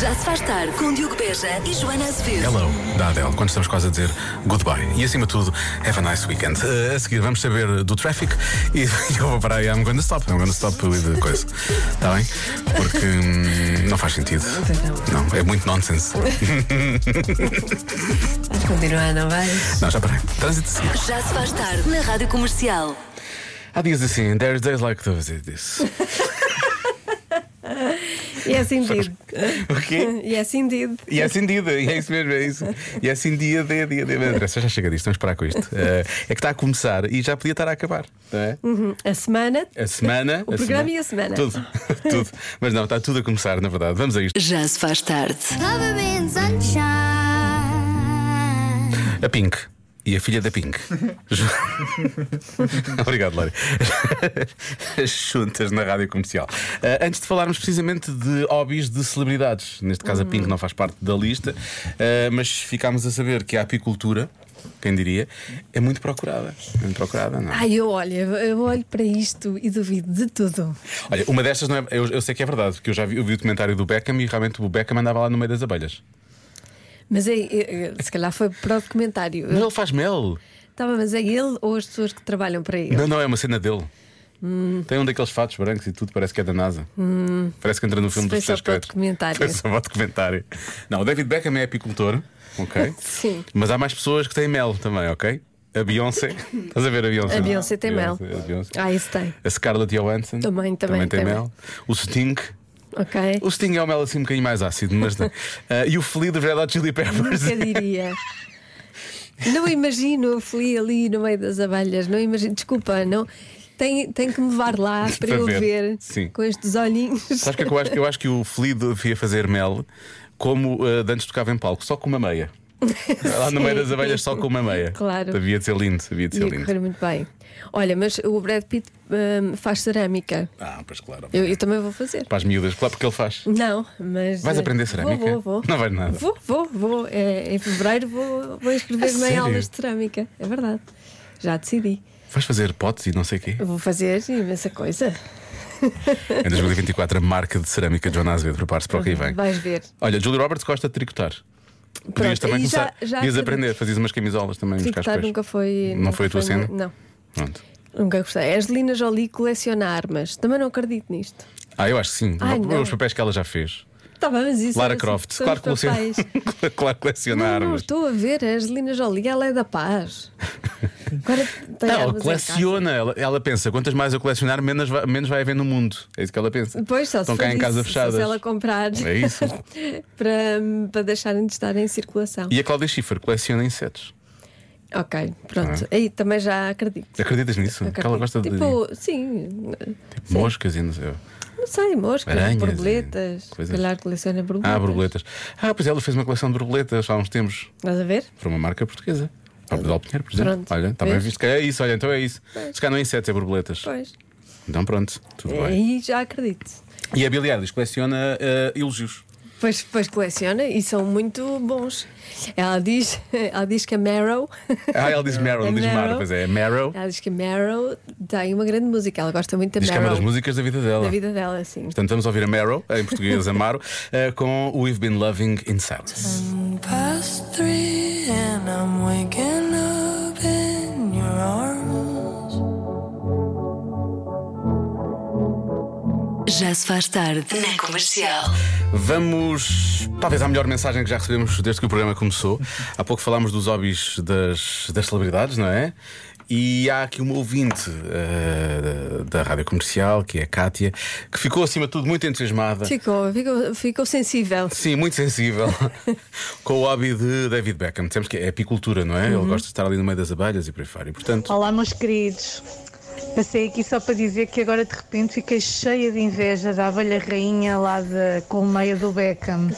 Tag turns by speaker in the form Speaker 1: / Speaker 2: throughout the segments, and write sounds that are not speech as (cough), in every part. Speaker 1: Já se faz tarde com Diogo Beja e Joana Azevedo.
Speaker 2: Hello, da Adele, quando estamos quase a dizer goodbye. E acima de tudo, have a nice weekend. Eh, a seguir vamos saber do traffic (laughs) e eu vou parar aí. I'm gonna stop, I'm gonna stop with the coisa. Está bem? Porque hum, não faz sentido. Não, é muito nonsense.
Speaker 3: Mas continua, não vais?
Speaker 2: Não, já parei. Trânsito de seguir.
Speaker 1: Já se faz tarde na Rádio Comercial.
Speaker 2: Há dias assim, there's days like those. it is. (laughs)
Speaker 3: Yes, indeed.
Speaker 2: O quê?
Speaker 3: Yes, indeed.
Speaker 2: E é acendida, e é isso mesmo, é isso. E é assim dia, dia, dia, dia. André, já chega disto, vamos parar com isto. Eh, é que está a começar e já podia estar a acabar, não é?
Speaker 3: Uhum. A semana.
Speaker 2: A semana.
Speaker 3: O programa e a semana. (laughs)
Speaker 2: Tudo, tudo. Mas não, está tudo a começar, na verdade. Vamos a isto.
Speaker 1: Já se faz tarde.
Speaker 4: Covered in sunshine.
Speaker 2: A Pink. E a filha da
Speaker 3: (laughs)
Speaker 2: Pink. Ju- Obrigado, Lória. As juntas na rádio comercial. Ah, antes de falarmos precisamente de hobbies de celebridades, neste caso
Speaker 3: Hum.
Speaker 2: a Pink não faz parte da lista, ah, mas ficámos a saber que a apicultura, quem diria, é muito procurada. É muito procurada, não é?
Speaker 3: Ai, eu olho, eu olho para isto e duvido de tudo.
Speaker 2: Olha, uma destas não é. Eu, eu sei que é verdade, porque eu já vi, eu vi o documentário do Beckham e realmente o Beckham andava lá no meio das abelhas.
Speaker 3: Hum. Mas é, é, é, se calhar foi para o documentário.
Speaker 2: Mas ele faz mel.
Speaker 3: Tá bem, mas é ele ou as pessoas que trabalham para ele?
Speaker 2: Não, não, é uma cena dele. Tem um daqueles fatos brancos e tudo, parece que é da NASA. Parece que entra no filme
Speaker 3: Foi
Speaker 2: dos
Speaker 3: só
Speaker 2: Três
Speaker 3: para o
Speaker 2: Coelhos.
Speaker 3: documentário.
Speaker 2: Foi só para o documentário. Não, o David Beckham é apicultor, ok?
Speaker 3: (laughs) Sim.
Speaker 2: Mas há mais pessoas que têm mel também, ok? A
Speaker 3: (laughs)
Speaker 2: Beyoncé. Estás a ver a Beyoncé?
Speaker 3: A Beyoncé tem mel.
Speaker 2: A, Beyoncé.
Speaker 3: Ah, isso tem.
Speaker 2: A Scarlett Johansson
Speaker 3: Também,
Speaker 2: tem
Speaker 3: também, também.
Speaker 2: mel. O Sting. (laughs)
Speaker 3: Ok.
Speaker 2: O Sting é um mel assim um bocadinho mais ácido, mas
Speaker 3: (laughs)
Speaker 2: não. Ah, e o Flea de Red Hot
Speaker 3: Um
Speaker 2: Chili Peppers.
Speaker 3: Nunca diria. Não imagino a Flea ali no meio das abelhas. Não imagino. Desculpa, não. Tem, tem que me levar lá para,
Speaker 2: Para
Speaker 3: eu
Speaker 2: ver.
Speaker 3: ver,
Speaker 2: Sim.
Speaker 3: com estes olhinhos.
Speaker 2: Sabes o que é que eu acho? Eu acho que o Flea devia fazer mel como ah, de antes tocava em palco, só com uma
Speaker 3: (laughs)
Speaker 2: meia. Lá no meio das
Speaker 3: Sim.
Speaker 2: abelhas, só com uma meia.
Speaker 3: Claro.
Speaker 2: Devia de ser lindo, devia de ser
Speaker 3: Ia
Speaker 2: é lindo.
Speaker 3: correr muito bem. Olha, mas o Brad Pitt hum, faz cerâmica.
Speaker 2: Ah, pois claro.
Speaker 3: Eu, eu também vou fazer.
Speaker 2: Para as miúdas, claro, porque ele faz.
Speaker 3: Não, mas.
Speaker 2: Vais
Speaker 3: eh,
Speaker 2: aprender cerâmica?
Speaker 3: Vou, vou, vou.
Speaker 2: Não vais nada.
Speaker 3: Vou, vou, vou. Eh, em fevereiro vou, vou inscrever-me em
Speaker 2: sério?
Speaker 3: aulas de cerâmica. É verdade. Já decidi.
Speaker 2: Vais fazer potes e não sei o quê.
Speaker 3: Eu vou fazer imensa coisa.
Speaker 2: Em 2024, a marca de cerâmica de Joana Azevedo, prepare-se para o que aí vem.
Speaker 3: Vais ver.
Speaker 2: Olha, Julie Roberts gosta de tricotar. Podias
Speaker 3: Pronto,
Speaker 2: também
Speaker 3: aí já-
Speaker 2: começar.
Speaker 3: já
Speaker 2: Podias
Speaker 3: acredito.
Speaker 2: aprender, fazias umas camisolas também, uns
Speaker 3: Tricotar
Speaker 2: cascos.
Speaker 3: nunca foi.
Speaker 2: Não
Speaker 3: nunca
Speaker 2: foi a tua cena?
Speaker 3: Não.
Speaker 2: Pronto.
Speaker 3: Nunca gostei. A Angelina Jolie coleciona armas. Também não acredito nisto.
Speaker 2: Ah, eu acho que sim.
Speaker 3: Ai, não.
Speaker 2: Os papéis que ela já fez.
Speaker 3: Tá bem, mas isso.
Speaker 2: Lara
Speaker 3: era-
Speaker 2: Croft,
Speaker 3: são
Speaker 2: claro
Speaker 3: os
Speaker 2: que coleciona. (laughs)
Speaker 3: papéis.
Speaker 2: claro que coleciona
Speaker 3: Não, não
Speaker 2: armas.
Speaker 3: estou a ver. A Angelina Jolie, ela é
Speaker 2: (laughs)
Speaker 3: da paz. Agora tem
Speaker 2: Não,
Speaker 3: armas
Speaker 2: ela
Speaker 3: em
Speaker 2: coleciona, ela, ela pensa, quantas mais eu colecionar, menos vai, menos vai haver no mundo. É isso que ela pensa.
Speaker 3: casa. Pois, só se
Speaker 2: Estão
Speaker 3: for
Speaker 2: cá em
Speaker 3: isso,
Speaker 2: casa
Speaker 3: só
Speaker 2: fechadas.
Speaker 3: Se ela comprar
Speaker 2: É isso.
Speaker 3: (laughs) para, para deixarem de estar em circulação.
Speaker 2: E a Cláudia Schiffer coleciona insetos.
Speaker 3: Ok, pronto. Aí também já acredito.
Speaker 2: Ah. Acreditas nisso? Que ela
Speaker 3: Acredito.
Speaker 2: gosta de
Speaker 3: Tipo, sim.
Speaker 2: moscas e não sei.
Speaker 3: Não sei, moscas,
Speaker 2: Aranhas e
Speaker 3: borboletas. Se
Speaker 2: coisas.
Speaker 3: calhar coleciona borboletas.
Speaker 2: Ah, borboletas. Ah, pois ela fez uma coleção de borboletas há uns tempos
Speaker 3: Estás a ver?
Speaker 2: para uma marca portuguesa. Para o Pinheiro, por exemplo.
Speaker 3: Pronto,
Speaker 2: Olha, está bem
Speaker 3: vês?
Speaker 2: visto. Se calhar É isso, olha, então é isso.
Speaker 3: Pois.
Speaker 2: Se calhar não é insetos, é borboletas.
Speaker 3: Pois. É
Speaker 2: Então pronto, tudo bem.
Speaker 3: Aí já acredito.
Speaker 2: E a Billie Eilish coleciona eh,
Speaker 3: (laughs)
Speaker 2: elogios.
Speaker 3: Pois, pois coleciona e são muito bons. Ela diz, (laughs) ela diz que a Marrow.
Speaker 2: Ah, ela diz Meryl,
Speaker 3: A
Speaker 2: não diz Mara,
Speaker 3: Meryl.
Speaker 2: pois é. Meryl
Speaker 3: (laughs) Ela diz que a Marrow tem uma grande música. Ela gosta muito da
Speaker 2: diz que é uma das
Speaker 3: Marrow.
Speaker 2: músicas da vida dela.
Speaker 3: da vida dela, sim.
Speaker 2: Portanto, vamos ouvir a Marrow, em português Amaro, eh, com We've Been Loving in Silence.
Speaker 5: past three and I'm waking up in your arms.
Speaker 1: Já se faz tarde na Comercial.
Speaker 2: Vamos, talvez, à melhor mensagem que já recebemos desde que o programa começou. Há pouco falámos dos hobbies das, das celebridades, não é? E há aqui uma ouvinte eh, da rádio comercial, que é a Kátia, que ficou, acima de tudo, muito entusiasmada.
Speaker 3: Ficou, ficou, ficou sensível.
Speaker 2: Sim, muito sensível com o hobby de David Beckham. Temos que é apicultura, não é? Ele gosta de estar ali no meio das abelhas e por aí fora. E portanto,
Speaker 6: Olá, meus queridos. Passei aqui só para dizer que agora de repente fiquei cheia de inveja da abelha rainha lá da colmeia do Beckham.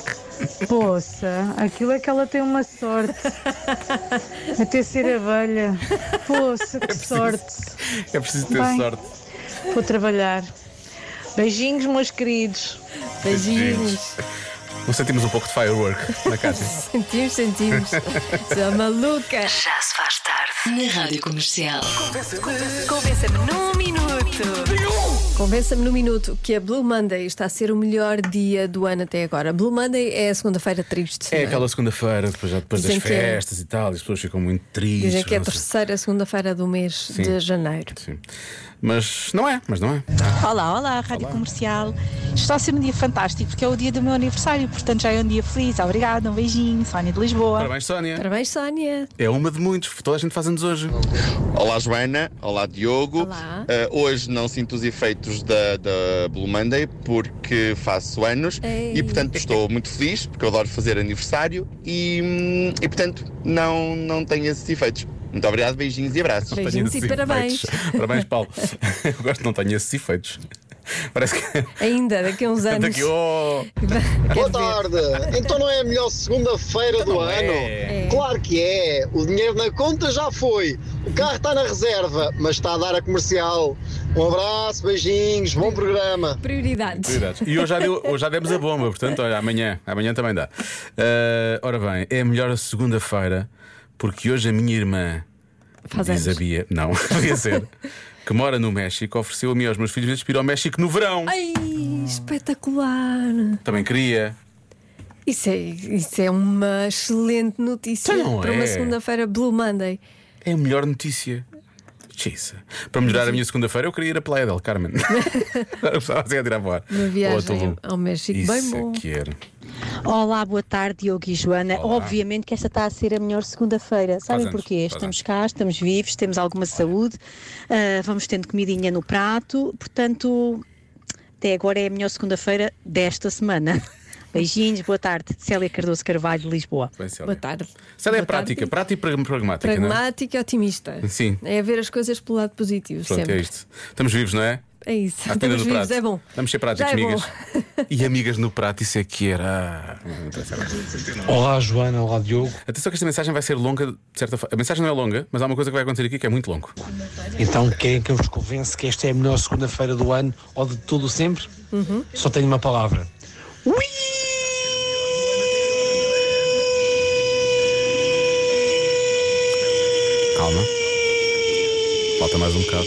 Speaker 6: Poça, aquilo é que ela tem
Speaker 7: (laughs)
Speaker 6: uma sorte. Até ser abelha. Poça, que sorte.
Speaker 2: é preciso ter
Speaker 6: Bem.
Speaker 2: sorte.
Speaker 6: Vou trabalhar. Beijinhos, meus queridos.
Speaker 3: Beijinhos.
Speaker 2: Não sentimos um pouco de firework na Kátia?
Speaker 3: Sentimos, sentimos. Sou maluca.
Speaker 1: Já se faz tarde na Rádio Comercial. Convença-me num minuto.
Speaker 3: Convença-me no minuto que a Blue Monday está a ser o melhor dia do ano até agora. Blue Monday é a segunda-feira triste.
Speaker 2: É
Speaker 3: não
Speaker 2: aquela segunda-feira, depois, já depois das
Speaker 3: Dizem que é.
Speaker 2: festas e tal, e as pessoas ficam muito tristes.
Speaker 3: Dizem que é a
Speaker 2: não sei.
Speaker 3: terceira segunda-feira do mês de janeiro.
Speaker 2: Sim. Mas não é, mas não é.
Speaker 4: Olá, olá, Rádio Comercial. Está a ser um dia fantástico porque é o dia do meu aniversário, portanto já é um dia feliz. Obrigada, um beijinho, Sónia de Lisboa.
Speaker 2: Parabéns, Sónia.
Speaker 3: Parabéns, Sónia.
Speaker 2: É uma de muitos, toda a gente faz anos hoje.
Speaker 8: Olá Joana, olá Diogo.
Speaker 3: Olá.
Speaker 8: Eh, hoje não sinto os efeitos da, da Blue Monday porque faço anos
Speaker 3: Ei.
Speaker 8: e portanto estou muito feliz porque eu adoro fazer aniversário e, hum, e portanto não, não tenho esses efeitos. Muito obrigado, beijinhos e abraços.
Speaker 3: Beijinhos.
Speaker 2: Tenho
Speaker 3: e
Speaker 2: esses
Speaker 3: parabéns.
Speaker 2: efeitos. (laughs) Parabéns, Paulo. Eu gosto de não tenho esses efeitos. Parece que. (laughs)
Speaker 3: Ainda daqui a uns anos.
Speaker 2: Daqui,
Speaker 3: (laughs)
Speaker 2: oh,
Speaker 7: Boa tarde. Então não é a melhor segunda-feira
Speaker 8: Então
Speaker 7: do ano?
Speaker 2: é.
Speaker 7: Claro que é. O dinheiro na conta já foi. O carro está na reserva, mas está a dar a comercial. Um abraço, beijinhos, bom programa.
Speaker 3: Prioridades.
Speaker 2: Cuidados. E hoje já, deu- hoje já demos a bomba, portanto, olha, amanhã, amanhã também dá. Ah, ora bem, é melhor a segunda-feira, porque hoje a minha irmã
Speaker 3: Faz
Speaker 2: diz a
Speaker 3: anos.
Speaker 2: Bia, não, (laughs) podia ser, que mora no México, ofereceu-me aos meus filhos de ir ao México no verão.
Speaker 3: Ai, espetacular.
Speaker 2: Também queria.
Speaker 3: Isso é, isso é uma excelente notícia
Speaker 2: Então não
Speaker 3: para uma
Speaker 2: é.
Speaker 3: segunda-feira Blue Monday.
Speaker 2: É a melhor notícia. Jesus. Para melhorar a minha segunda-feira, eu queria ir à Praia del
Speaker 3: (laughs)
Speaker 2: Carmen. Agora precisava assim a tirar fora.
Speaker 3: Uma viagem ao México
Speaker 2: Isso
Speaker 3: bem bom.
Speaker 2: é que era.
Speaker 9: Olá, boa tarde, Diogo e Joana.
Speaker 2: Olá.
Speaker 9: Obviamente que esta está a ser a melhor segunda-feira. Sabem
Speaker 2: anos,
Speaker 9: porquê?
Speaker 2: faz
Speaker 9: Estamos
Speaker 2: anos.
Speaker 9: cá, estamos vivos, temos alguma saúde, ah, vamos tendo comidinha no prato, portanto, até agora é a melhor segunda-feira desta semana. (laughs) Beijinhos, boa tarde. Célia Cardoso Carvalho, de Lisboa.
Speaker 2: Bem, Célia.
Speaker 3: Boa tarde.
Speaker 2: Célia é
Speaker 3: Boa tarde.
Speaker 2: prática, prática e prag- pragmática, não é?
Speaker 3: Pragmática e otimista.
Speaker 2: Sim.
Speaker 3: É ver as coisas pelo lado positivo,
Speaker 2: Pronto,
Speaker 3: sempre.
Speaker 2: é isto. Estamos vivos, não é?
Speaker 3: É isso.
Speaker 2: À pena
Speaker 3: Estamos
Speaker 2: do
Speaker 3: vivos,
Speaker 2: prato.
Speaker 3: é bom.
Speaker 2: Vamos ser práticos,
Speaker 3: Já é
Speaker 2: amigas.
Speaker 3: bom.
Speaker 2: E amigas no prato, isso é que era. Ah, não interessa agora.
Speaker 10: Olá Joana, olá Diogo.
Speaker 2: Atenção que esta mensagem vai ser longa, de certa forma. A mensagem não é longa, mas há uma coisa que vai acontecer aqui que é muito longo.
Speaker 10: Então querem que eu vos convence que esta é a melhor segunda-feira do ano ou de todo sempre? Só tenho uma palavra.
Speaker 2: Calma. Falta mais um bocado.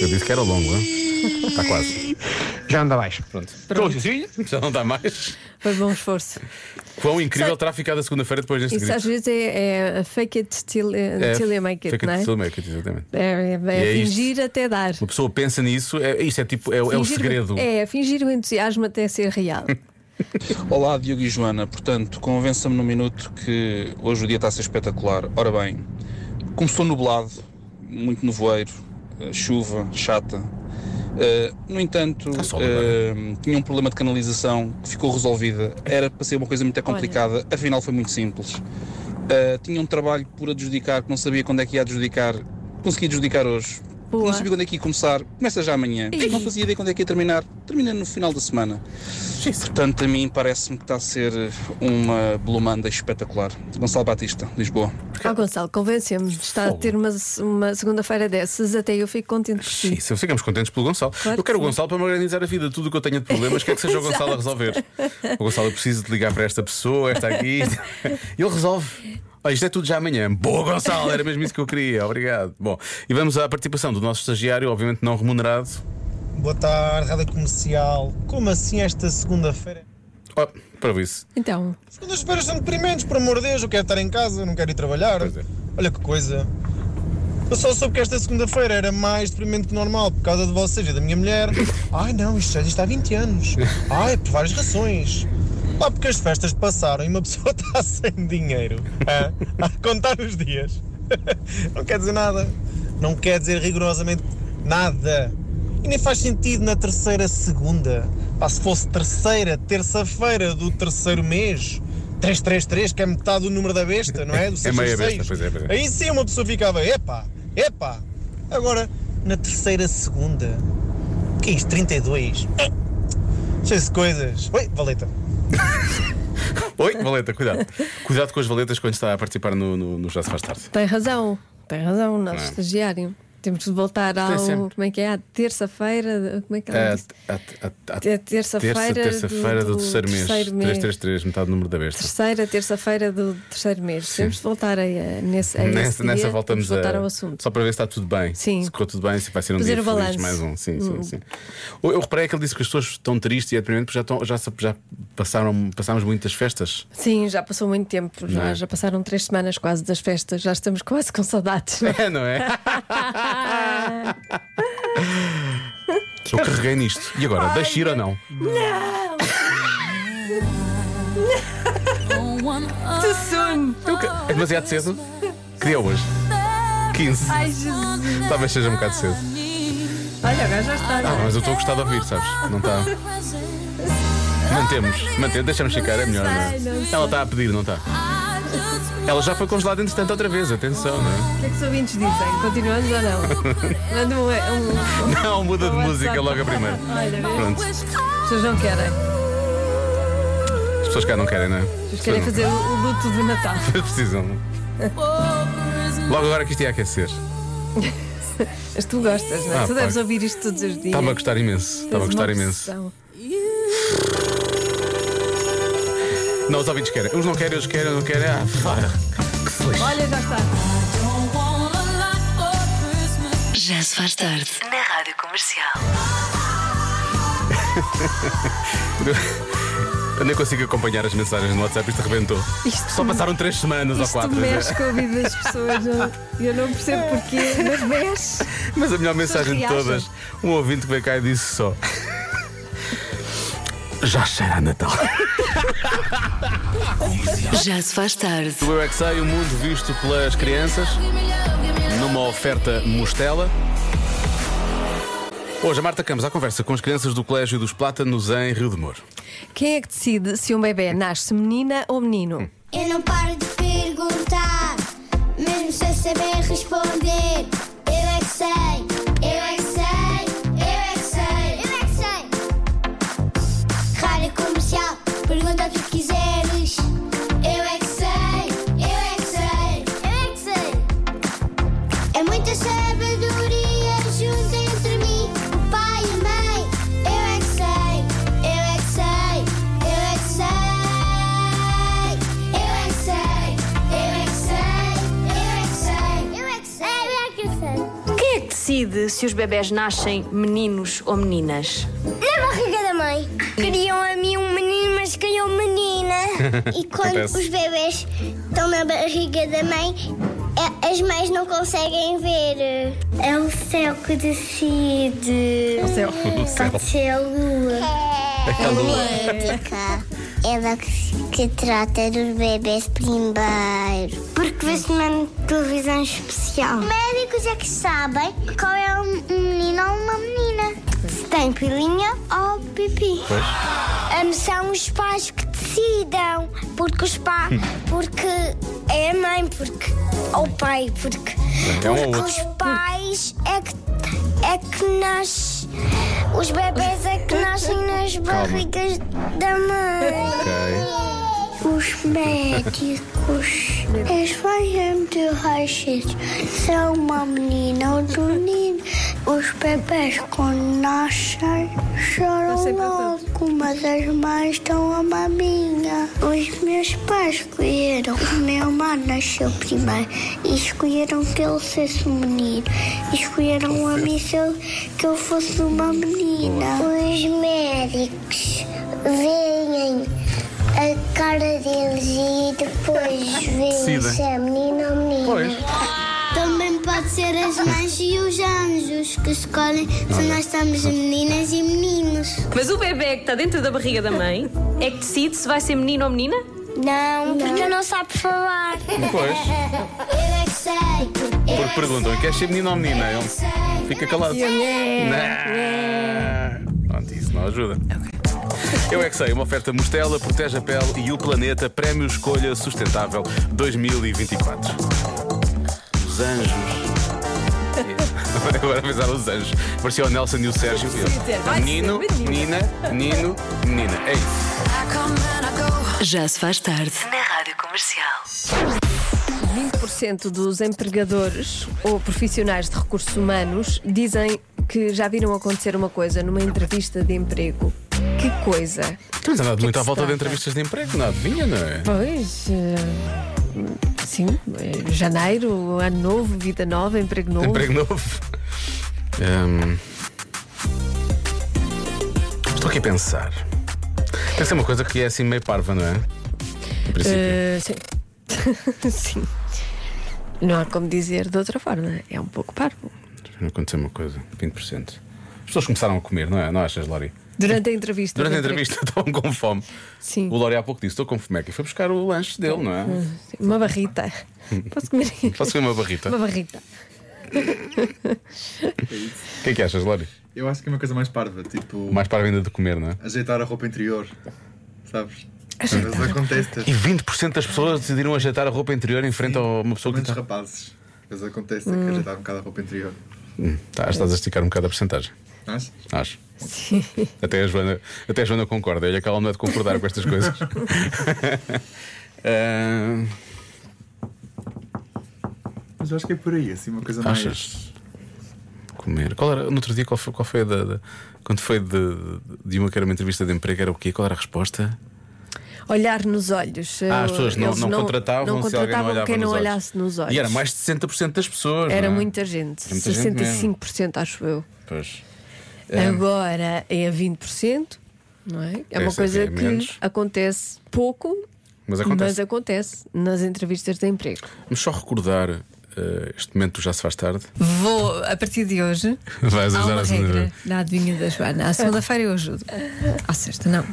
Speaker 2: Eu disse que era longo, hein? Está quase.
Speaker 10: Já anda abaixo.
Speaker 2: Pronto.
Speaker 10: Pronto, sim?
Speaker 2: Já não dá mais.
Speaker 3: (laughs) Foi bom esforço.
Speaker 2: Quão incrível terá ficado a segunda-feira depois deste
Speaker 3: é- Isso às
Speaker 2: grito.
Speaker 3: vezes é, é a fake it till, eh, till you make it,
Speaker 2: fica
Speaker 3: não é?
Speaker 2: de filme, exatamente.
Speaker 3: É, é, é,
Speaker 2: é isto.
Speaker 3: fingir até dar.
Speaker 2: Uma pessoa pensa nisso, é, isto é tipo, é, é o
Speaker 3: Fingir-
Speaker 2: segredo.
Speaker 3: É, fingir o entusiasmo até ser
Speaker 2: (laughs)
Speaker 3: real.
Speaker 11: Olá, Diogo e Joana. Portanto, convença-me no minuto que hoje o dia está a ser espetacular. Ora bem, começou nublado, muito nevoeiro, eh, chuva chata. Eh, no entanto,
Speaker 2: Está sol
Speaker 11: eh, tinha um problema de canalização que ficou resolvida. Era para ser uma coisa muito complicada, afinal foi muito simples. Eh, tinha um trabalho por adjudicar que não sabia quando é que ia adjudicar. Consegui adjudicar hoje.
Speaker 3: Boa.
Speaker 11: Não sabia quando é que ia começar. Começa já amanhã.
Speaker 3: Ih.
Speaker 11: Não fazia ideia quando é que ia terminar. Termina no final da semana. Portanto, a mim parece-me que está a ser uma blumanda espetacular. Gonçalo Batista, Lisboa.
Speaker 3: Ó Gonçalo, convencemos de estar a ter uma, uma segunda-feira dessas, até eu fico contente por ti.
Speaker 2: Isso, ficamos contentes pelo Gonçalo.
Speaker 3: Claro
Speaker 2: eu quero o
Speaker 3: que sim.
Speaker 2: Gonçalo para me organizar a vida. Tudo o que eu tenho de problemas, quer que
Speaker 3: (laughs)
Speaker 2: seja o Gonçalo a resolver. O Gonçalo, eu preciso de ligar para esta pessoa, esta aqui.
Speaker 3: (laughs)
Speaker 2: Ele resolve. Olha, isto é tudo já amanhã. Boa, Gonçalo, era mesmo isso que eu queria. Obrigado. Bom, e vamos à participação do nosso estagiário, obviamente não remunerado.
Speaker 7: Boa tarde, Rádio Comercial. Como assim esta segunda-feira?
Speaker 2: Oh, para isso.
Speaker 3: Então,
Speaker 7: Segundas-feiras são deprimentes, por amor de Deus. Eu quero estar em casa, eu não quero ir trabalhar.
Speaker 2: Pois é.
Speaker 7: Olha que coisa. Eu só soube que esta segunda-feira era mais deprimente que normal por causa de vocês e da minha mulher. Ai não, isto já existe há 20 anos. Ai, por várias razões. Lá porque as festas passaram e uma (laughs) pessoa está sem dinheiro hã? a contar os dias. (laughs) Não quer dizer nada. Não quer dizer rigorosamente nada. E nem faz sentido na terceira segunda. Pá, se fosse terceira, terça-feira do terceiro mês. 333, que é metade do número da besta, não é? Do
Speaker 2: (laughs) É meia
Speaker 7: 666.
Speaker 2: besta, pois é, pois é.
Speaker 7: Aí sim uma pessoa ficava, epá, epá. Agora, na terceira segunda, o que é isto? 32? Hum. Cheio de coisas. Oi, valeta.
Speaker 2: Oi, Valeta, cuidado. Cuidado com as valetas quando está a participar no, no, no Já Se Faz Tarde.
Speaker 3: tem razão, tem razão o nosso
Speaker 2: Não é?
Speaker 3: estagiário. Temos de voltar ao.
Speaker 2: sempre.
Speaker 3: Como é que é? À terça-feira. de- Como é que ela disse?
Speaker 2: A, a- a- a-
Speaker 3: É terça-feira.
Speaker 2: terça, feira do,
Speaker 3: do
Speaker 2: terceiro mês.
Speaker 3: terceiro mês.
Speaker 2: 333, metade do número da besta.
Speaker 3: Terceira, terça-feira do terceiro mês. Temos de voltar a, a, nesse, a esse
Speaker 2: Nessa,
Speaker 3: dia,
Speaker 2: nessa
Speaker 3: temos
Speaker 2: voltamos
Speaker 3: de voltar
Speaker 2: a,
Speaker 3: ao assunto.
Speaker 2: Só para ver se está tudo bem.
Speaker 3: Sim.
Speaker 2: Se ficou tudo bem, se vai ser um
Speaker 3: Fazer
Speaker 2: dia
Speaker 3: o
Speaker 2: feliz,
Speaker 3: balanço.
Speaker 2: mais um. Sim, sim,
Speaker 3: Hum.
Speaker 2: sim. Eu eu reparei aquele disse que as pessoas estão tristes e é deprimente porque já, estão, já, se- já passaram, passámos muitas festas.
Speaker 3: Sim, já passou muito tempo.
Speaker 2: Não
Speaker 3: Já,
Speaker 2: é?
Speaker 3: já passaram três semanas quase das festas. Já estamos quase com saudades. (laughs)
Speaker 2: É, não (laughs) é? Eu carreguei nisto. E agora, deixa ir ou não?
Speaker 5: Não!
Speaker 3: Too soon!
Speaker 2: É demasiado cedo? Que dia é hoje? 15.
Speaker 3: Ai, Jesus!
Speaker 2: Talvez seja um bocado cedo.
Speaker 3: Olha, agora já está.
Speaker 2: Ah, mas eu estou a gostar de ouvir, sabes? Não está. Mantemos, mantemos, deixamos ficar, é melhor, não é?
Speaker 3: Não sei, não sei.
Speaker 2: Ela está a pedir, não está? Ela já foi congelada entretanto outra vez, atenção, não é?
Speaker 3: O que é que os ouvintes dizem? Continuamos ou não? Manda um. um-
Speaker 2: Não, muda de
Speaker 3: um
Speaker 2: música
Speaker 3: WhatsApp.
Speaker 2: logo a primeira.
Speaker 3: Olha, vês?
Speaker 2: Pronto, as
Speaker 3: As pessoas não querem.
Speaker 2: pessoas cá não querem, não é? (laughs)
Speaker 3: As pessoas querem fazer o, o luto do Natal.
Speaker 2: Precisam. Logo agora que isto ia aquecer.
Speaker 3: Mas tu gostas, não é?
Speaker 2: Ah,
Speaker 3: tu deves
Speaker 2: pá.
Speaker 3: ouvir isto todos os dias.
Speaker 2: Estava a gostar imenso, estava a
Speaker 3: Tens
Speaker 2: gostar
Speaker 3: uma
Speaker 2: imenso.
Speaker 3: obsessão.
Speaker 2: Não, os ouvintes querem. Uns não querem, outros querem, não querem. Ah, fora. Que se lixe.
Speaker 3: Olha, já está.
Speaker 1: Já se faz tarde. Na Rádio Comercial.
Speaker 2: Eu nem consigo acompanhar as mensagens no WhatsApp, isto arrebentou.
Speaker 3: Isto-
Speaker 2: Só passaram três semanas ou
Speaker 3: Tu
Speaker 2: quatro. é?
Speaker 3: mexes com a vida das pessoas. não- Eu não percebo porquê, mas mexe.
Speaker 2: (laughs) Mas a melhor mensagem de
Speaker 3: reagem.
Speaker 2: todas, um ouvinte que veio cá e disse só. Já cheira a Natal.
Speaker 1: Já se faz tarde.
Speaker 2: O Eu é que Sei, o mundo visto pelas crianças, numa oferta mostela. Hoje a Marta Campos à conversa com as crianças do Colégio dos Plátanos em Rio de Moro.
Speaker 3: Quem é que decide se um bebê nasce menina ou menino?
Speaker 12: Eu não paro de perguntar, mesmo sem saber responder. Eu é que sei, eu é que sei, eu é que sei, eu é que sei. Rádio comercial, pergunta o que quiseres. Eu é que sei, eu é que sei, eu é que sei. É muita sabedoria junta entre mim, o pai e a mãe. Eu é que sei, eu é que sei, eu é que sei. Eu é que sei, eu é que sei, eu é que sei, eu é que sei, eu é que sei.
Speaker 13: Quem é que decide se os bebés nascem meninos ou meninas?
Speaker 12: Na barriga da mãe. Queriam a mim um menino, mas queriam menina. E quando
Speaker 13: Acontece.
Speaker 12: os bebês estão na barriga da mãe, a- as mães não conseguem ver. É o céu que decide.
Speaker 5: O céu. O céu.
Speaker 12: Pode ser a lua.
Speaker 5: É a lua.
Speaker 12: Ela que, que trata dos bebês primeiro. Porque vê-se uma televisão especial. Médicos é que sabem qual é um um menino ou uma menina. Se tem pilinha ou pipi.
Speaker 5: Pois.
Speaker 12: Hum, São os pais que decidam. Porque os pais.
Speaker 5: Hum.
Speaker 12: Porque é a mãe, porque. Ou o pai, porque.
Speaker 5: É um ou
Speaker 12: porque
Speaker 5: outro.
Speaker 12: os pais é que. É que nasce. Os bebês é que nascem nas
Speaker 5: Calma.
Speaker 12: barrigas da mãe. Os médicos, eles fazem de rachis, são uma menina ou de um menino. Os bebés quando nascem choram logo, mas as mães estão a maminha. Os meus pais escolheram, o meu irmão nasceu primeiro e escolheram que ele fosse um menino. E Escolheram a mim se eu- que eu fosse uma menina. Os médicos veem a cara deles
Speaker 2: (laughs)
Speaker 12: e depois vê
Speaker 5: Decidem.
Speaker 12: se é menino ou menina.
Speaker 5: Pois.
Speaker 12: Também pode
Speaker 2: (laughs)
Speaker 12: ser as mães e os anjos que escolhem
Speaker 2: é?
Speaker 12: se nós estamos meninas e meninos.
Speaker 13: Mas o bebê que está dentro da barriga da mãe é que decide se vai ser menino ou menina?
Speaker 12: Não, porque não sabe falar.
Speaker 2: Pois.
Speaker 12: Eu é que sei.
Speaker 2: Porque perguntam, queres ser menino ou menina? Ele fica calado.
Speaker 12: Eu
Speaker 2: Não. Pronto, isso não ajuda. Eu é que sei, uma oferta Mostela, protege a pele e o planeta, Prémio Escolha Sustentável 2024. Os anjos. (laughs) Agora pensar os anjos. Parecia o Nelson e o Sérgio. Menino, menina, menino, menina. É isso.
Speaker 1: Já se faz tarde. Na Rádio Comercial.
Speaker 3: 20% dos empregadores ou profissionais de recursos humanos dizem que já viram acontecer uma coisa numa entrevista de emprego. Que coisa?
Speaker 2: Temos andado
Speaker 3: Que
Speaker 2: muito
Speaker 3: que
Speaker 2: à
Speaker 3: se
Speaker 2: volta de
Speaker 3: trata?
Speaker 2: entrevistas de emprego, não adivinha, não é?
Speaker 3: Pois. eh, Sim, eh, janeiro, ano novo, vida nova, emprego novo.
Speaker 2: Emprego novo. Hum. Estou aqui a pensar. Tem que ser uma coisa que é assim meio parva, não é? Em princípio.
Speaker 3: Eh, sim. (laughs) sim. Não há como dizer de outra forma. É um pouco parvo.
Speaker 2: Não aconteceu uma coisa, 20%. As pessoas começaram a comer, não é? Não achas, Lori?
Speaker 3: Durante a entrevista.
Speaker 2: Durante a
Speaker 3: de emprego.
Speaker 2: entrevista (laughs) estavam com fome.
Speaker 3: Sim.
Speaker 2: O Lori há pouco disse: estou com fome. E foi buscar o lanche dele, não é?
Speaker 3: Uma
Speaker 2: (laughs)
Speaker 3: barrita. Posso comer?
Speaker 2: Posso comer uma barrita?
Speaker 3: Uma barrita.
Speaker 2: O que é que achas, Lori?
Speaker 14: Eu acho que é uma coisa mais parva, tipo
Speaker 2: Mais parva ainda de comer, não é?
Speaker 14: ajeitar a roupa interior, sabes? Às vezes acontece.
Speaker 2: E 20% das pessoas decidiram ajeitar a roupa interior em frente a uma pessoa que
Speaker 14: Muitos
Speaker 2: está.
Speaker 14: rapazes, às vezes acontece ter
Speaker 3: Hum.
Speaker 14: que ajeitar um bocado a roupa interior.
Speaker 2: Hum, tá, estás a esticar um bocado a porcentagem.
Speaker 14: Achas?
Speaker 2: Acho.
Speaker 3: Sim.
Speaker 2: Até a Joana, até a Joana concorda. Olha que ela não é de concordar com estas coisas. Ah,
Speaker 14: Mas eu acho que é por aí, assim, uma coisa mais.
Speaker 2: achas? Comer. Qual era, no outro dia, qual foi, qual foi a da, da- Quando foi de, de uma que era uma entrevista de emprego, era o quê? Qual era a resposta?
Speaker 3: Olhar nos olhos.
Speaker 2: Ah, as pessoas não-
Speaker 3: Eles
Speaker 2: não contratavam
Speaker 3: não
Speaker 2: se alguém não
Speaker 3: contratavam
Speaker 2: olhava
Speaker 3: quem
Speaker 2: nos
Speaker 3: não
Speaker 2: olhos.
Speaker 3: olhasse nos olhos.
Speaker 2: E era mais de 60% das pessoas.
Speaker 3: Era
Speaker 2: não é?
Speaker 3: muita gente.
Speaker 2: Era muita gente
Speaker 3: 65%, acho eu.
Speaker 2: Pois.
Speaker 3: Agora é a 20%, não é? É uma
Speaker 2: Essa é
Speaker 3: coisa
Speaker 2: bem
Speaker 3: que
Speaker 2: menos.
Speaker 3: acontece pouco,
Speaker 2: Mas acontece.
Speaker 3: mas acontece nas entrevistas de emprego.
Speaker 2: Vamos só recordar eh, este momento do Já Se Faz Tarde.
Speaker 3: Vou, a partir de hoje,
Speaker 2: Vais
Speaker 3: há
Speaker 2: usar
Speaker 3: uma
Speaker 2: a
Speaker 3: regra
Speaker 2: segunda-
Speaker 3: na adivinha da Joana. À segunda-feira eu ajudo. À sexta, não.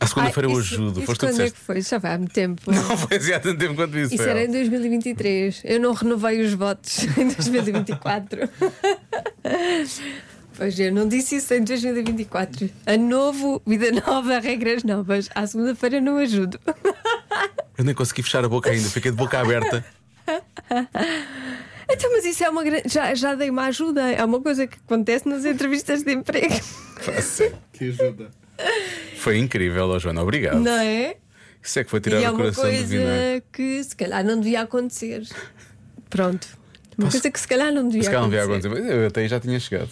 Speaker 2: À segunda-feira
Speaker 3: Ai,
Speaker 2: eu
Speaker 3: isso-
Speaker 2: ajudo.
Speaker 3: isso
Speaker 2: Foste tu que
Speaker 3: quando é que
Speaker 2: disseste.
Speaker 3: foi? Já vai há muito tempo.
Speaker 2: Não foi assim há tanto tempo quanto isso.
Speaker 3: Isso
Speaker 2: foi
Speaker 3: era
Speaker 2: ela.
Speaker 3: em 2023. Eu não renovei os votos (laughs) em 2024. (laughs) pois eu não disse isso em 2024. Ano novo, vida nova, regras novas. À segunda-feira não ajudo.
Speaker 2: Eu nem consegui fechar a boca ainda, fiquei de boca aberta.
Speaker 3: Então, mas isso é uma grande. Já, já dei uma ajuda. É uma coisa que acontece nas entrevistas de emprego.
Speaker 14: Que ajuda.
Speaker 2: Foi incrível, ó Joana, obrigado.
Speaker 3: Não é?
Speaker 2: Isso é que foi tirar
Speaker 3: E é
Speaker 2: o
Speaker 3: uma
Speaker 2: coração do
Speaker 3: coisa
Speaker 2: vinagre.
Speaker 3: que se calhar não devia acontecer. Pronto. Uma coisa que se calhar não devia
Speaker 2: Se calhar não
Speaker 3: acontecer.
Speaker 2: havia algum tempo. Eu até aí já tinha chegado.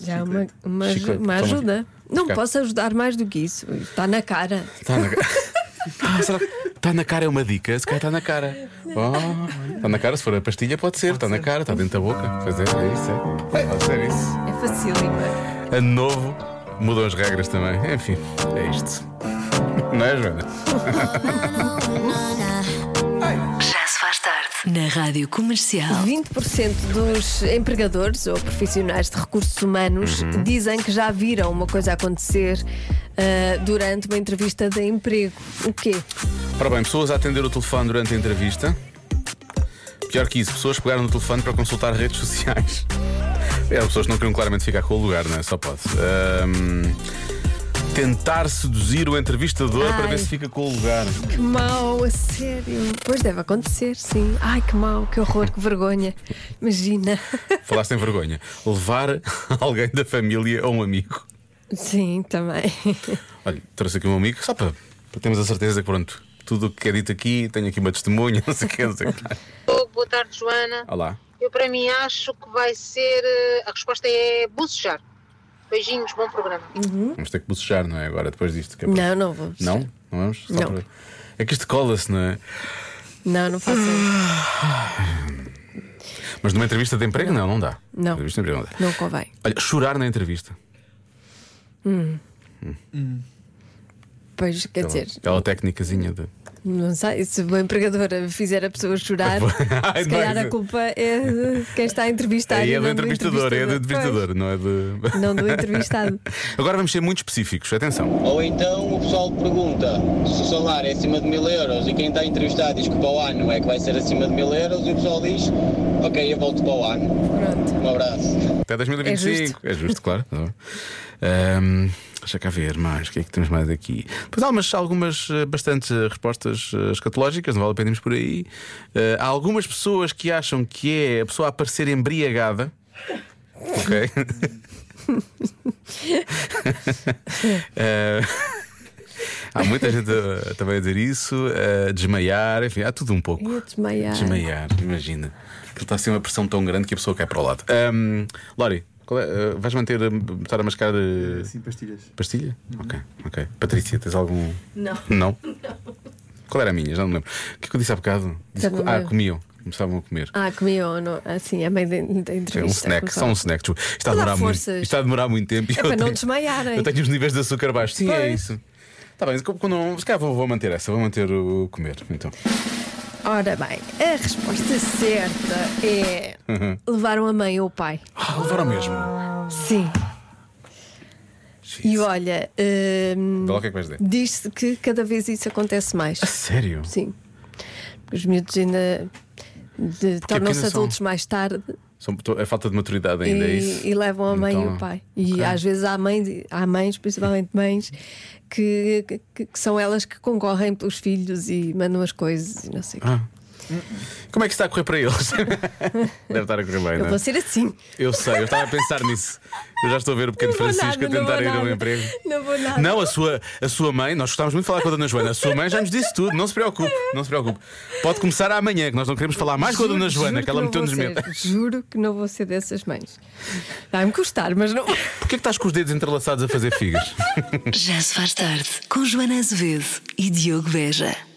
Speaker 3: Já é uma, uma,
Speaker 2: Chiclete,
Speaker 3: uma
Speaker 2: toma
Speaker 3: ajuda.
Speaker 2: aqui.
Speaker 3: Não
Speaker 2: Cá.
Speaker 3: posso ajudar mais do que isso. Está na cara.
Speaker 2: Está Tá na
Speaker 3: (laughs)
Speaker 2: cara. Ah, será que está na cara é uma dica? Se calhar está na cara. Oh, está na cara, se for a pastilha, pode ser. Está na cara, está dentro da boca. Pois é, é isso. É. Pode ser isso.
Speaker 3: É facílimo.
Speaker 2: Ano novo mudou as regras também. Enfim, é isto. (laughs) Não é, Joana?
Speaker 1: Já se faz tarde na Rádio Comercial.
Speaker 3: 20% dos empregadores ou profissionais de recursos humanos
Speaker 1: Uhum.
Speaker 3: dizem que já viram uma coisa acontecer ah, durante uma entrevista de emprego. O quê?
Speaker 2: Ora bem, pessoas a atender o telefone durante a entrevista. Pior que isso, pessoas pegaram no telefone para consultar redes sociais. (laughs) É, pessoas que não queriam claramente ficar com o lugar, não é? Só pode. Ahm, tentar seduzir o entrevistador para
Speaker 3: Ai.
Speaker 2: ver se fica com o lugar.
Speaker 3: Que mau, a sério. Pois deve acontecer, sim. Ai, que mau, que horror, que vergonha. Imagina.
Speaker 2: Falaste em vergonha. Levar (laughs) alguém da família ou um amigo.
Speaker 3: (laughs) Sim, também.
Speaker 2: Olha, trouxe aqui um amigo só para, para termos a certeza que, pronto, tudo o que é dito aqui, tenho aqui uma testemunha, (laughs) não sei o que, não sei o que.
Speaker 15: Diogo, boa tarde, Joana.
Speaker 2: Olá.
Speaker 15: Eu, para mim, acho que vai ser. eh, A resposta é bucejar. Beijinhos, bom programa.
Speaker 2: Vamos ter que bocejar, não é? Agora, depois disto. que é para-
Speaker 3: Não, não vou.
Speaker 2: Não? Não vamos? Só
Speaker 3: Não.
Speaker 2: para- É que isto cola-se, não é?
Speaker 3: Não, não faço isso.
Speaker 2: Mas numa entrevista de emprego, não, não, dá.
Speaker 3: Não.
Speaker 2: Entrevista de emprego, não dá.
Speaker 3: Não convém.
Speaker 2: Olha, chorar na entrevista.
Speaker 3: Hum. Pois,
Speaker 2: Tá
Speaker 3: quer dizer,
Speaker 2: Aquela técnicazinha de.
Speaker 3: não sei, se o empregador fizer a pessoa chorar,
Speaker 2: (laughs) Ai,
Speaker 3: se calhar
Speaker 2: não,
Speaker 3: a culpa é de quem está a entrevistar.
Speaker 2: Aí
Speaker 3: e
Speaker 2: é do
Speaker 3: não
Speaker 2: entrevistador, é do entrevistador, não é de.
Speaker 3: Pois, não
Speaker 2: (laughs)
Speaker 3: do entrevistado. (laughs)
Speaker 2: Agora vamos ser muito específicos, atenção.
Speaker 16: Ou então o pessoal pergunta se o salário é acima de mil euros e quem está entrevistado diz que para o ano é que vai ser acima de mil euros e o pessoal diz, ok, eu volto para o ano. Pronto. Um abraço.
Speaker 2: Até 2025. É justo, claro. Ahm, deixa cá ver mais, o que é que temos mais aqui? Pois há algumas, algumas eh, bastantes eh, respostas eh, escatológicas, não vale a pena irmos por aí. Eh, há algumas pessoas que acham que é a pessoa a parecer embriagada. Ok? Eh, (laughs) Há muita gente a- também a dizer isso, a desmaiar, enfim, há tudo um pouco.
Speaker 3: Ia desmaiar.
Speaker 2: Desmaiar, imagina. Aquilo está a ser uma pressão tão grande que a pessoa cai para o lado. Ahm, Lori, qual é, ah, vais manter, a- estar a mascar. ah,
Speaker 14: Sim, Assim, pastilhas.
Speaker 2: Pastilha?
Speaker 3: Uhum.
Speaker 2: Ok, ok. Patrícia, tens algum.
Speaker 14: Não.
Speaker 2: Não? Qual era a minha? Já não lembro. O que é que eu disse há bocado? Disse
Speaker 3: Já não
Speaker 2: que- ah,
Speaker 3: lembro.
Speaker 2: comiam. Começavam a comer.
Speaker 3: um é. Ah, comi ou não? Assim, é bem da da
Speaker 2: É
Speaker 3: entrevista.
Speaker 2: um snack, só um snack. desculpa. Isto está a
Speaker 3: Dá
Speaker 2: demorar muito,
Speaker 3: forças.
Speaker 2: isto está a demorar muito tempo. e
Speaker 3: É
Speaker 2: eu
Speaker 3: para não
Speaker 2: tenho-
Speaker 3: desmaiarem.
Speaker 2: Eu tenho os níveis de açúcar baixos. Sim, é
Speaker 3: Pois.
Speaker 2: isso. Está bem, quando- quando, se calhar vou, vou manter essa, vou manter o comer. Então.
Speaker 3: Ora bem, a resposta certa é
Speaker 2: Uhum.
Speaker 3: levaram a mãe ou o pai.
Speaker 2: Ah, levaram mesmo.
Speaker 3: Sim. E olha, hum,
Speaker 2: Vê lá o que é que vais dizer.
Speaker 3: diz-se que cada vez isso acontece mais.
Speaker 2: Sério?
Speaker 3: Sim. Os miúdos ainda de- tornam-se
Speaker 2: ainda são-
Speaker 3: adultos mais tarde
Speaker 2: São- tô- é falta de maturidade ainda, é isso?
Speaker 3: e, e levam a mãe
Speaker 2: Então,
Speaker 3: e o pai. E às vezes há mães, há
Speaker 2: (laughs)
Speaker 3: mães, principalmente mães, que, que- que são elas que concorrem pelos filhos e mandam as coisas e não sei o quê.
Speaker 2: Ah. Como é que está a correr para eles? (laughs) Deve estar a correr bem,
Speaker 3: Eu
Speaker 2: não
Speaker 3: vou
Speaker 2: é?
Speaker 3: ser assim.
Speaker 2: Eu sei, eu estava a pensar nisso. Eu já estou a ver o pequeno
Speaker 3: Não vou
Speaker 2: Francisco
Speaker 3: nada,
Speaker 2: a
Speaker 3: não vou
Speaker 2: tentar ir ao
Speaker 3: nada.
Speaker 2: emprego.
Speaker 3: Não vou nada.
Speaker 2: Não, a sua, a sua mãe, nós gostávamos muito de falar com a Dona Joana. A sua mãe já nos disse tudo, não se preocupe, não se preocupe. Pode começar amanhã, que nós não queremos falar mais com a Dona Joana,
Speaker 3: juro
Speaker 2: que ela
Speaker 3: não vou
Speaker 2: meteu-nos medo.
Speaker 3: ser, Juro que não vou ser dessas mães. Vai-me custar,
Speaker 2: (laughs)
Speaker 3: mas não.
Speaker 2: Porquê que estás com os dedos entrelaçados a fazer figas?
Speaker 1: Já se faz tarde com Joana Azevedo e Diogo Veja.